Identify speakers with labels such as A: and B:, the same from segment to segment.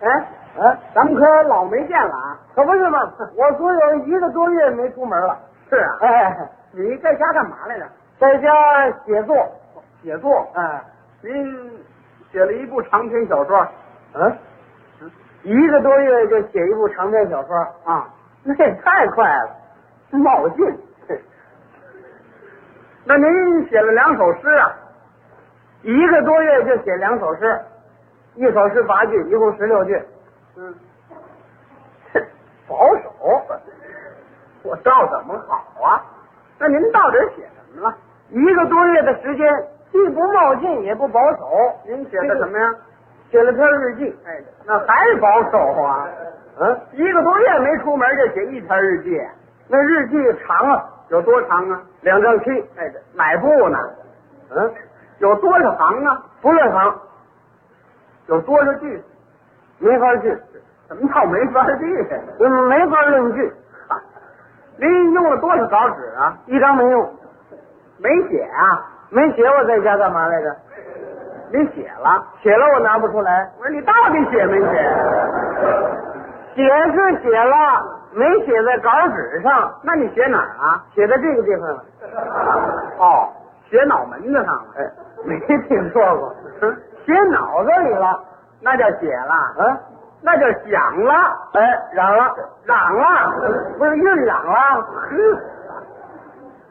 A: 哎，
B: 啊，
A: 咱们可老没见了啊！
B: 可不是嘛， 我足有一个多月没出门了。
A: 是啊，
B: 哎，
A: 你在家干嘛来着？
B: 在家写作，
A: 写作。
B: 哎，
A: 您写了一部长篇小说
B: 嗯，一个多月就写一部长篇小说，
A: 啊？
B: 那也太快了，冒进。
A: 那您写了两首诗啊？
B: 一个多月就写两首诗，一首诗八句，一共十六句，
A: 嗯，
B: 保守。
A: 我照怎么好啊？那您到底写什么了？
B: 一个多月的时间，既不冒进也不保守，
A: 您写的什么呀？
B: 写了篇日记。
A: 哎，那还保守啊？
B: 嗯，
A: 一个多月没出门就写一篇日记，
B: 那日记长啊，
A: 有多长啊？
B: 两丈七。
A: 哎，哪部呢？
B: 嗯，
A: 有多少行啊？
B: 不论行，
A: 有多少句？
B: 没法去，
A: 怎么叫没法记呀？
B: 嗯，没法论据，
A: 您用了多少稿纸啊？
B: 一张没用，
A: 没写啊？
B: 没写我在家干嘛来着？
A: 您写了？
B: 写了我拿不出来，
A: 我说你到底写啊没写？
B: 写是写了，没写在稿纸上，
A: 那你写哪儿啊？
B: 写在这个地方了。
A: 哦，写脑门子上了。
B: 哎，没听说过，
A: 嗯
B: 写脑子里了。
A: 那叫写了，
B: 啊，
A: 那叫想了，
B: 哎，嚷了，
A: 嚷了。
B: 不是晕嚷了。
A: 呵，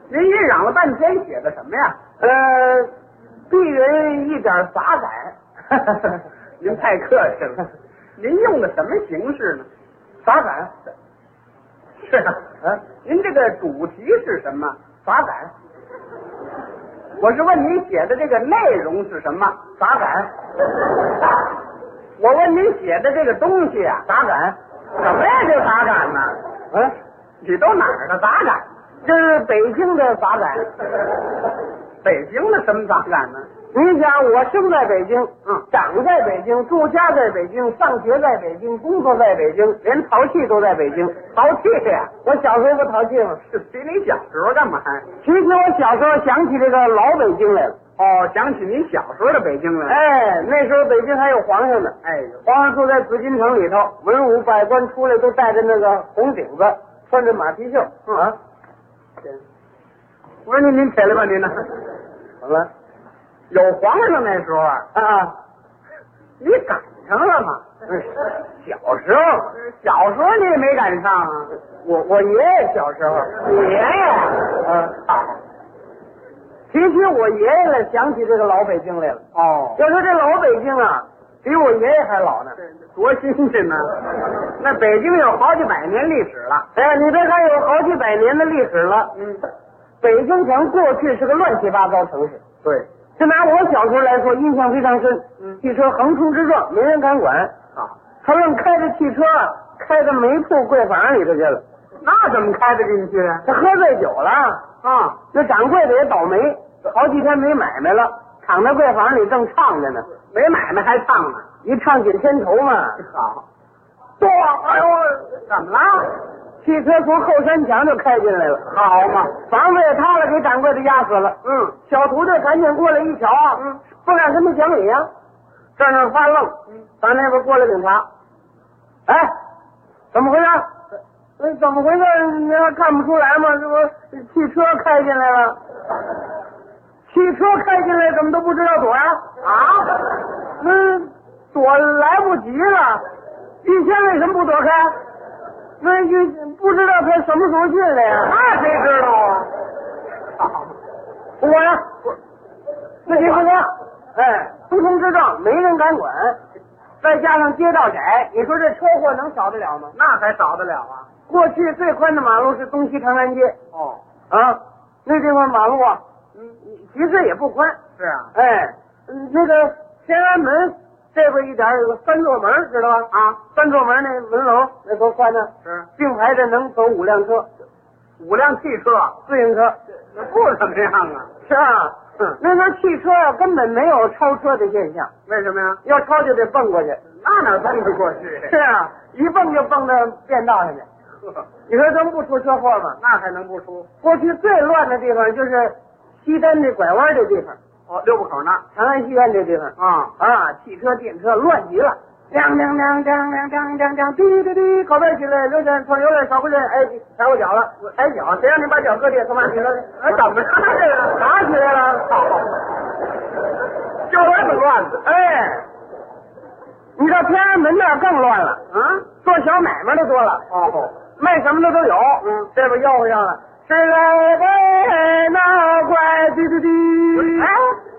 A: 您一嚷了半天，写的什么呀？
B: 呃，鄙人一点洒感，
A: 您太客气 了。您用的什么形式呢？
B: 洒感，
A: 是啊，
B: 啊，
A: 您这个主题是什么？
B: 洒感，
A: 我是问您写的这个内容是什么？
B: 洒感，
A: 我问您写的这个东西啊，
B: 洒感，
A: 什么呀？这杂感呢？嗯
B: 啊，
A: 你都哪儿的杂感？
B: 这是北京的洒感。
A: 北京的什么杂感呢？
B: 你想，我生在北京，
A: 嗯，
B: 长在北京，住家在北京，上学在北京，工作在北京，连淘气都在北京。
A: 淘气呀、
B: 我小时候不淘气吗？
A: 这比你小时候干嘛呀？
B: 其实我小时候想起这个老北京来了。
A: 哦，想起您小时候的北京来了。
B: 哎，那时候北京还有皇上呢，
A: 哎呦，
B: 皇上住在紫禁城里头，文武百官出来都戴着那个红顶子，穿着马蹄袖。啊，
A: 我说您您起来吧，您呢？
B: 怎么了？
A: 有皇上那时候啊，
B: 啊，
A: 你赶上了吗？
B: 嗯小时候，
A: 小时候你也没赶上啊。
B: 我我爷爷小时候，
A: 爷爷，
B: 啊，
A: 啊
B: 提起我爷爷来，想起这个老北京来了。
A: 哦，
B: 要说这老北京啊，比我爷爷还老呢。
A: 多新鲜呢！ 那北京有好几百年历史了。
B: 哎，你别看有好几百年的历史了，
A: 嗯，
B: 北京城过去是个乱七八糟城市。
A: 对，
B: 就拿我小时候来说，印象非常深。
A: 嗯
B: 汽车横冲直撞，没人敢管。
A: 啊，
B: 他们开着汽车啊，开到煤铺柜房里头去了。
A: 那怎么开得进去啊？
B: 他喝醉酒了，
A: 啊，
B: 那掌柜的也倒霉，好几天没买卖了，躺在柜房里正唱着呢。
A: 没买卖还唱呢。
B: 一唱紧天头嘛，
A: 好，多，哎呦，怎么了？
B: 汽车从后山墙就开进来了，
A: 好嘛，
B: 房子也塌了，给掌柜的压死了。
A: 嗯
B: 小徒弟赶紧过来一瞧啊，
A: 嗯，
B: 不敢跟他讲理啊，站那儿发愣。打那边过来警察，哎，怎么回事？哎，怎么回事？你还看不出来吗？这不汽车开进来了，汽车开进来怎么都不知道躲呀、
A: 啊，
B: 那躲嗯来不及了，预先为什么不躲开？那预不知道他什么时候进来呀、
A: 哎那谁知道啊？好嘛，
B: 我呀，那你看看，哎，横冲直撞，没人敢管，再加上街道窄，你说这车祸能少得了吗？
A: 那还少得了啊？
B: 过去最宽的马路是东西长安街
A: 哦，
B: 啊，那地方马路啊，
A: 嗯，
B: 其实也不宽，
A: 是啊，
B: 哎，嗯那个天安门这边一点有个三座门，知道吧？
A: 啊，
B: 三座门那门楼那多宽呢？
A: 是
B: 并排着能走五辆车，
A: 五辆汽车，
B: 自行车。
A: 那不怎么样啊？
B: 是啊，
A: 哼
B: 那时候汽车啊根本没有超车的现象，
A: 为什么呀？
B: 要超就得蹦过去。
A: 那哪搬得过 去？
B: 是啊，一蹦就蹦到变道上去。
A: 呵
B: 你说咱们不出车祸吗？
A: 那还能不出？
B: 过去最乱的地方就是西单这拐弯这地方，
A: 哦，六部口那儿
B: 长安西单这地方
A: 啊，
B: 啊，汽车、电车乱极了。亮亮亮亮亮亮亮亮，滴滴滴，口袋起来，留点从有点少不点，哎，踩我脚了，我
A: 哎
B: 踩脚，谁让你把脚搁地上他妈起来了？哎，怎么着这个？打起来了？操！
A: 哦就这么乱的
B: 哎，你到天安门那儿更乱了，
A: 啊？
B: 做小买卖的多了，
A: 哦，
B: 卖什么的都有。
A: 嗯，
B: 这边吆喝上了，是来呗，闹怪滴滴滴。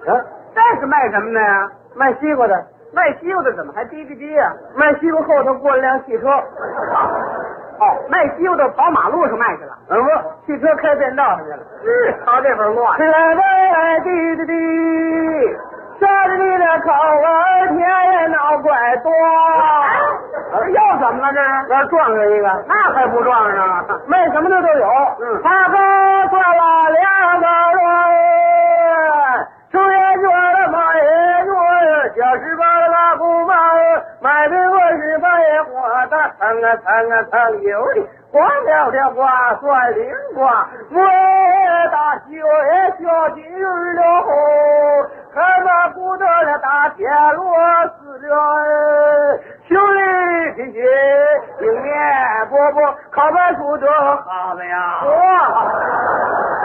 A: 哎，这是卖什么的呀？
B: 卖西瓜的，
A: 卖西瓜的怎么还滴滴滴呀、
B: 卖西瓜后头过了辆汽车，
A: 哦，卖西瓜的跑马路上卖去了。
B: 嗯不，汽车开便道上去了。
A: 是，朝这份乱
B: 是。嗯来呗，滴滴滴，下着你的口儿甜呀，闹怪多。
A: 哎，又怎么了这？
B: 这撞上一个，
A: 那还不撞上啊？
B: 卖什么的都有。
A: 嗯
B: 他哥做了两个人，出也觉得买也觉得，小十八的拉不卖，买的我是白花的，苍啊苍啊苍油的，光了的花算灵光，我也大学也小金人了，还把骨头了大铁螺丝了，兄弟平平，迎面波波，烤白薯多好的呀！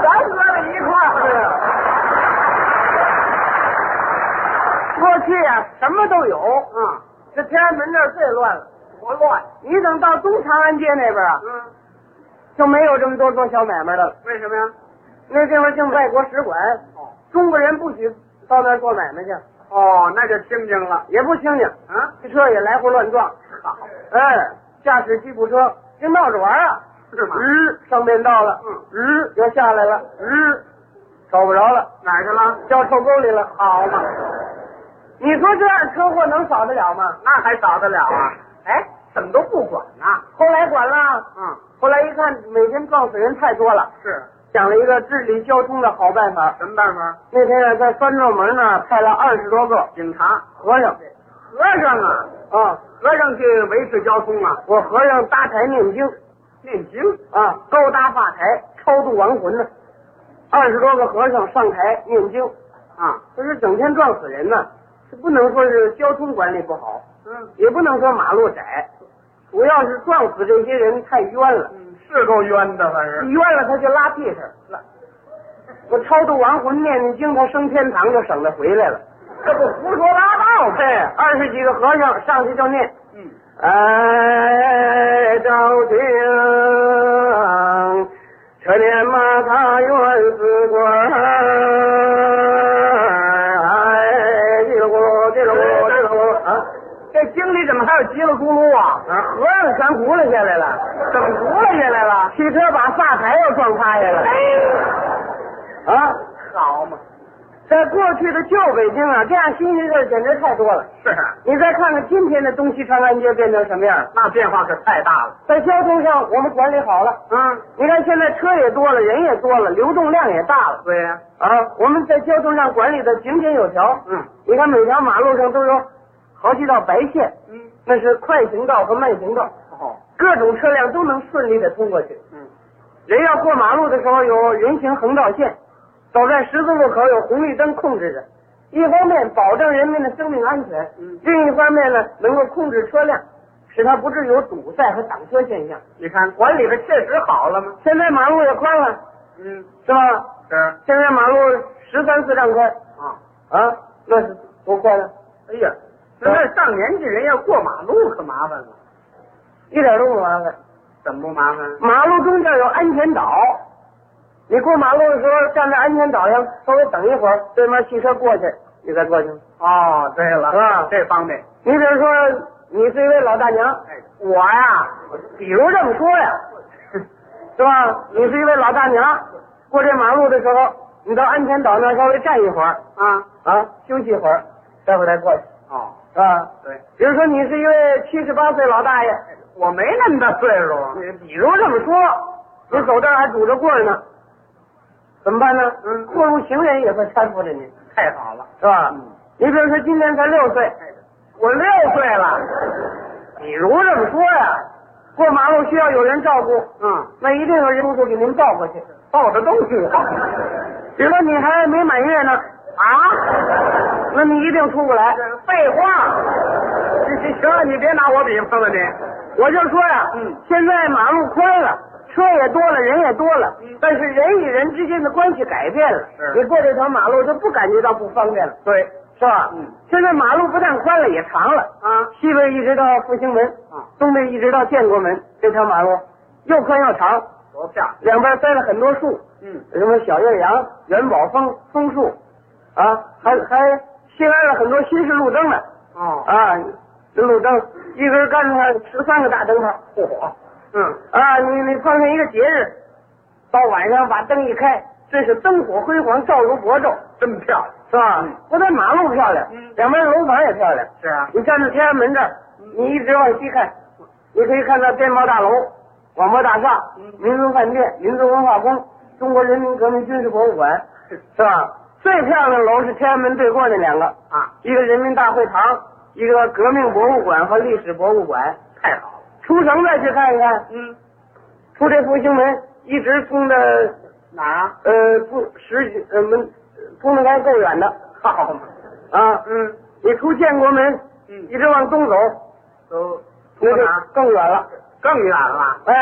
A: 咱哥俩一块儿
B: 过去啊，什么都有。
A: 去。嗯，
B: 这天安门那儿最乱了。
A: 多乱。
B: 你等到东长安街那边啊，
A: 嗯，
B: 就没有这么多做小买卖的了。
A: 为什么呀？
B: 那地方净外国使馆，
A: 哦
B: 中国人不许到那儿做买卖去，
A: 哦，那就清静了。
B: 也不清静，
A: 啊，
B: 汽车也来回乱撞。
A: 好，
B: 哎，驾驶吉普车跟闹着玩儿啊，
A: 是吗？
B: 日上便道了，
A: 嗯
B: 日又下来了，
A: 嗯，
B: 找不着了，嗯
A: 哪儿去了？
B: 掉臭沟里了。
A: 好嘛，
B: 你说这样车祸能少得了吗？
A: 那还少得了啊？哎，怎么都不管呢、
B: 后来管了，
A: 嗯，
B: 后来一看每天撞死人太多了，
A: 是，
B: 想了一个治理交通的好办法。
A: 什么办法？
B: 那天啊，在酸正门那儿派了二十多个
A: 警察，
B: 和尚
A: 和尚啊，
B: 啊，
A: 和尚去维持交通啊，
B: 我和尚搭台念经
A: 念经，
B: 啊，高搭法台，超度亡魂呢。二十多个和尚上台念经，
A: 啊，
B: 可是整天撞死人呢，这不能说是交通管理不好，
A: 嗯
B: 也不能说马路窄，主要是撞死这些人太冤了，
A: 嗯，是够冤的，反正。
B: 冤了他就拉屁上。我超度亡魂念念经，他升天堂就省得回来了。
A: 这不胡说八道
B: 嘿，二十几个和尚上去就念。
A: 嗯，
B: 哎，赵廷，车年马他冤死官儿，哎，叽里咕噜，叽里咕噜，叽里咕噜啊！
A: 这经里怎么还有叽里咕噜啊？
B: 啊，和尚全轱辘下来了，
A: 怎么糊了下来了？
B: 汽车把发台又撞趴下了
A: 哎，
B: 啊！
A: 好嘛，
B: 在过去的旧北京啊，这样新鲜事儿简直太多了。
A: 是，
B: 你再看看今天的东西长安街变成什么样了？
A: 那变化可太大了。
B: 在交通上，我们管理好了。
A: 嗯，
B: 你看现在车也多了，人也多了，流动量也大了
A: 对呀、
B: 啊！我们在交通上管理的井井有条。
A: 嗯
B: 你看每条马路上都有好几道白线，
A: 嗯，
B: 那是快行道和慢行道，
A: 哦，
B: 各种车辆都能顺利的通过去。
A: 嗯，
B: 人要过马路的时候有人行横道线，走在十字路口有红绿灯控制着。一方面保证人民的生命安全，
A: 嗯
B: 另一方面呢能够控制车辆，使它不至有堵塞和挡车现象。
A: 你看管理的确实好了吗？
B: 现在马路也宽了，
A: 嗯，
B: 是吧？
A: 是啊
B: 现在马路十三四丈宽啊，那是多宽啊，
A: 哎呀，那那上年纪人要过马路可麻烦了，
B: 一点都不麻烦。
A: 怎么不麻烦？
B: 马路中间有安全岛，你过马路的时候站在安全岛上稍微等一会儿，对面汽车过去，你再过去。
A: 哦，对了，
B: 是吧
A: 这方面，
B: 你比如说，你是一位老大娘，
A: 哎，
B: 我呀，比如这么说呀， 是吧？你是一位老大娘，过这马路的时候，你到安全岛那儿稍微站一会儿
A: 啊，
B: 啊，休息一会儿，待会儿再过去，
A: 哦，
B: 是吧？
A: 对，
B: 比如说你是一位七十八岁老大爷，
A: 我没那么大岁数，
B: 你比如这么说，你走这儿还拄着棍儿呢，怎么办呢？
A: 嗯
B: 过路行人也会搀扶着你，
A: 太好了，
B: 是吧？
A: 嗯
B: 你比如说今年才六岁，
A: 我六岁了，
B: 比如这么说呀，过马路需要有人照顾，
A: 嗯，
B: 那一定有人会给您抱过去。
A: 抱着东西
B: 比如说你还没满月呢，
A: 啊，
B: 那你一定出不来。
A: 这废话，
B: 这这行了，你别拿我比方了，你。我就说呀、
A: 嗯
B: 现在马路宽了，车也多了，人也多了，但是人与人之间的关系改变了。
A: 是
B: 你过这条马路就不感觉到不方便了，
A: 对，
B: 是吧？
A: 嗯。
B: 现在马路不但宽了，也长了。
A: 啊，
B: 西边一直到复兴门，
A: 啊
B: 东边一直到建国门，这条马路又宽又长，
A: 多漂亮。
B: 两边栽了很多树，
A: 嗯，
B: 什么小岳阳、元宝枫枫树，啊，还还新安了很多新式路灯呢，
A: 哦，
B: 啊，这路灯一根杆子上十三个大灯泡，
A: 嚯，嗯，
B: 啊，你你碰上一个节日，到晚上把灯一开，真是灯火辉煌，照如薄昼，
A: 真漂亮。
B: 是吧
A: 嗯？
B: 不但马路漂亮，
A: 嗯
B: 两边楼房也漂亮。
A: 是啊，
B: 你站在天安门这儿，你一直往西看，你可以看到电报大楼、广播大厦、
A: 嗯
B: 民族饭店、民族文化宫、中国人民革命军事博物馆，
A: 是
B: 是吧？最漂亮的楼是天安门对过那两个，
A: 啊，
B: 一个人民大会堂，一个革命博物馆和历史博物馆。
A: 太好了。
B: 出城再去看一看，
A: 嗯，
B: 出这复兴门一直通的
A: 哪儿啊？
B: 呃不十几呃门，通的还够远的
A: 好嘛。
B: 啊！
A: 嗯
B: 你出建国门，
A: 嗯
B: 一，直往东走，
A: 都
B: 那
A: 从哪儿
B: 就更远了。
A: 更远了？
B: 哎，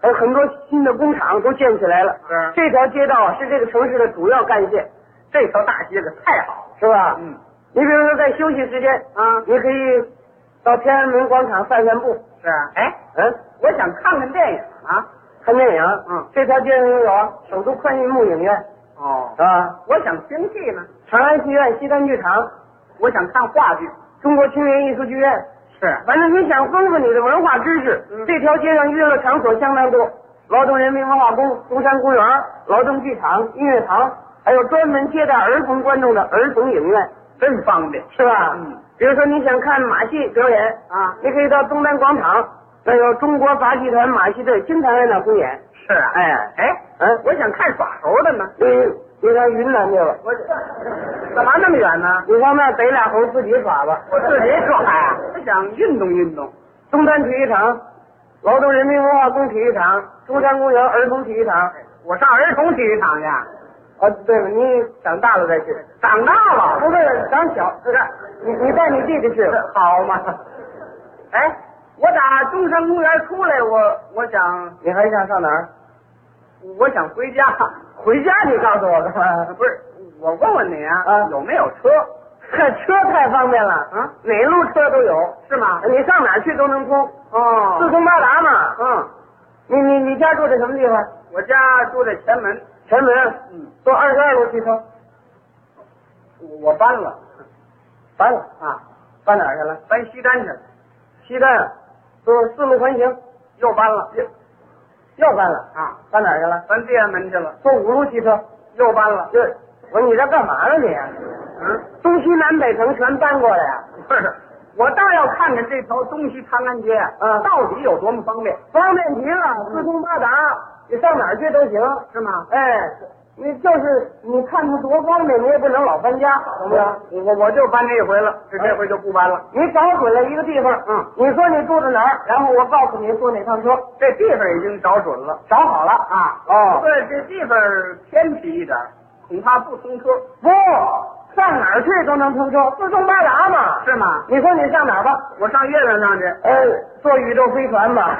B: 还有很多新的工厂都建起来了。
A: 是
B: 这条街道啊是这个城市的主要干线，
A: 这条大街可太好了。
B: 是吧？
A: 嗯
B: 你比如说在休息时间，
A: 啊，
B: 你可以到天安门广场散散步，
A: 是啊。哎，
B: 嗯，
A: 我想看看电影啊。
B: 看电影。
A: 嗯，
B: 这条街上也有啊，首都宽银幕影院
A: 哦，
B: 啊，
A: 我想听戏呢，
B: 长安戏院、西单剧场、
A: 我想看话剧。
B: 中国青年艺术剧院，
A: 是，
B: 反正你想丰富你的文化知识，
A: 嗯
B: 这条街上娱乐场所相当多，劳动人民文化宫、中山公园、劳动剧场、音乐堂，还有专门接待儿童观众的儿童影院，
A: 真方便。
B: 是吧？
A: 嗯。
B: 比如说你想看马戏表演
A: 啊
B: 你可以到东单广场，那有中国杂技团马戏队经常在那儿公演。
A: 是啊。哎
B: 哎，
A: 哎，
B: 嗯，
A: 我想看耍猴的呢。
B: 你你上云南去吧，
A: 我干嘛那么远呢？
B: 你上那儿逮俩猴自己耍吧。
A: 我自己耍呀，我想运动运动。
B: 东单体育场、劳动人民文化宫体育场、中山公园儿童体育场。
A: 我上儿童体育场去，
B: 啊，对了，你长大了再去，
A: 长大了
B: 不是长小，
A: 是
B: 你你带你弟弟去吧。
A: 好嘛？哎，我打中山公园出来，我我想
B: 你还想上哪儿？
A: 我想回家。
B: 回家你告诉我干 嘛？
A: 不是，我问问你啊，
B: 啊
A: 有没有车
B: 这车太方便了
A: 啊？
B: 哪路车都有，
A: 是吗？
B: 你上哪儿去都能通，四
A: 哦，
B: 通八达嘛。
A: 嗯，
B: 你你你家住在什么地方？
A: 我家住在前门，
B: 前门，
A: 嗯，
B: 坐二十二路汽车。
A: 我搬了
B: 搬了，
A: 啊，
B: 搬哪儿去了？
A: 搬西单去了，
B: 西单，坐四路环形，
A: 又搬了
B: 又搬了，
A: 啊，
B: 搬哪儿去了？
A: 搬地安门去了，
B: 坐五路汽车。
A: 又搬了，
B: 这，我说你这干嘛呢你？
A: 嗯，
B: 东西南北城全搬过来啊呀、
A: 不是，我倒要看看这条东西长安街啊
B: 嗯
A: 到底有多么方便，
B: 方便极了，四通八达，你上哪儿去都行。
A: 是吗？
B: 哎，你就是你看它多方便，你也不能老搬家，懂不懂？
A: 我我我就搬这一回了，这这回就不搬了。
B: 你找准了一个地方，
A: 嗯，
B: 你说你住在哪儿，然后我告诉你坐哪趟车，
A: 这地方已经找准了
B: 找好了。
A: 啊。不
B: 哦，
A: 过这地方偏僻一点，恐怕不通车，
B: 不，上哪儿去都能通车，四通八达嘛。
A: 是吗？
B: 你说你上哪儿吧？
A: 哎我上月亮上去。
B: 呃，坐宇宙飞船吧。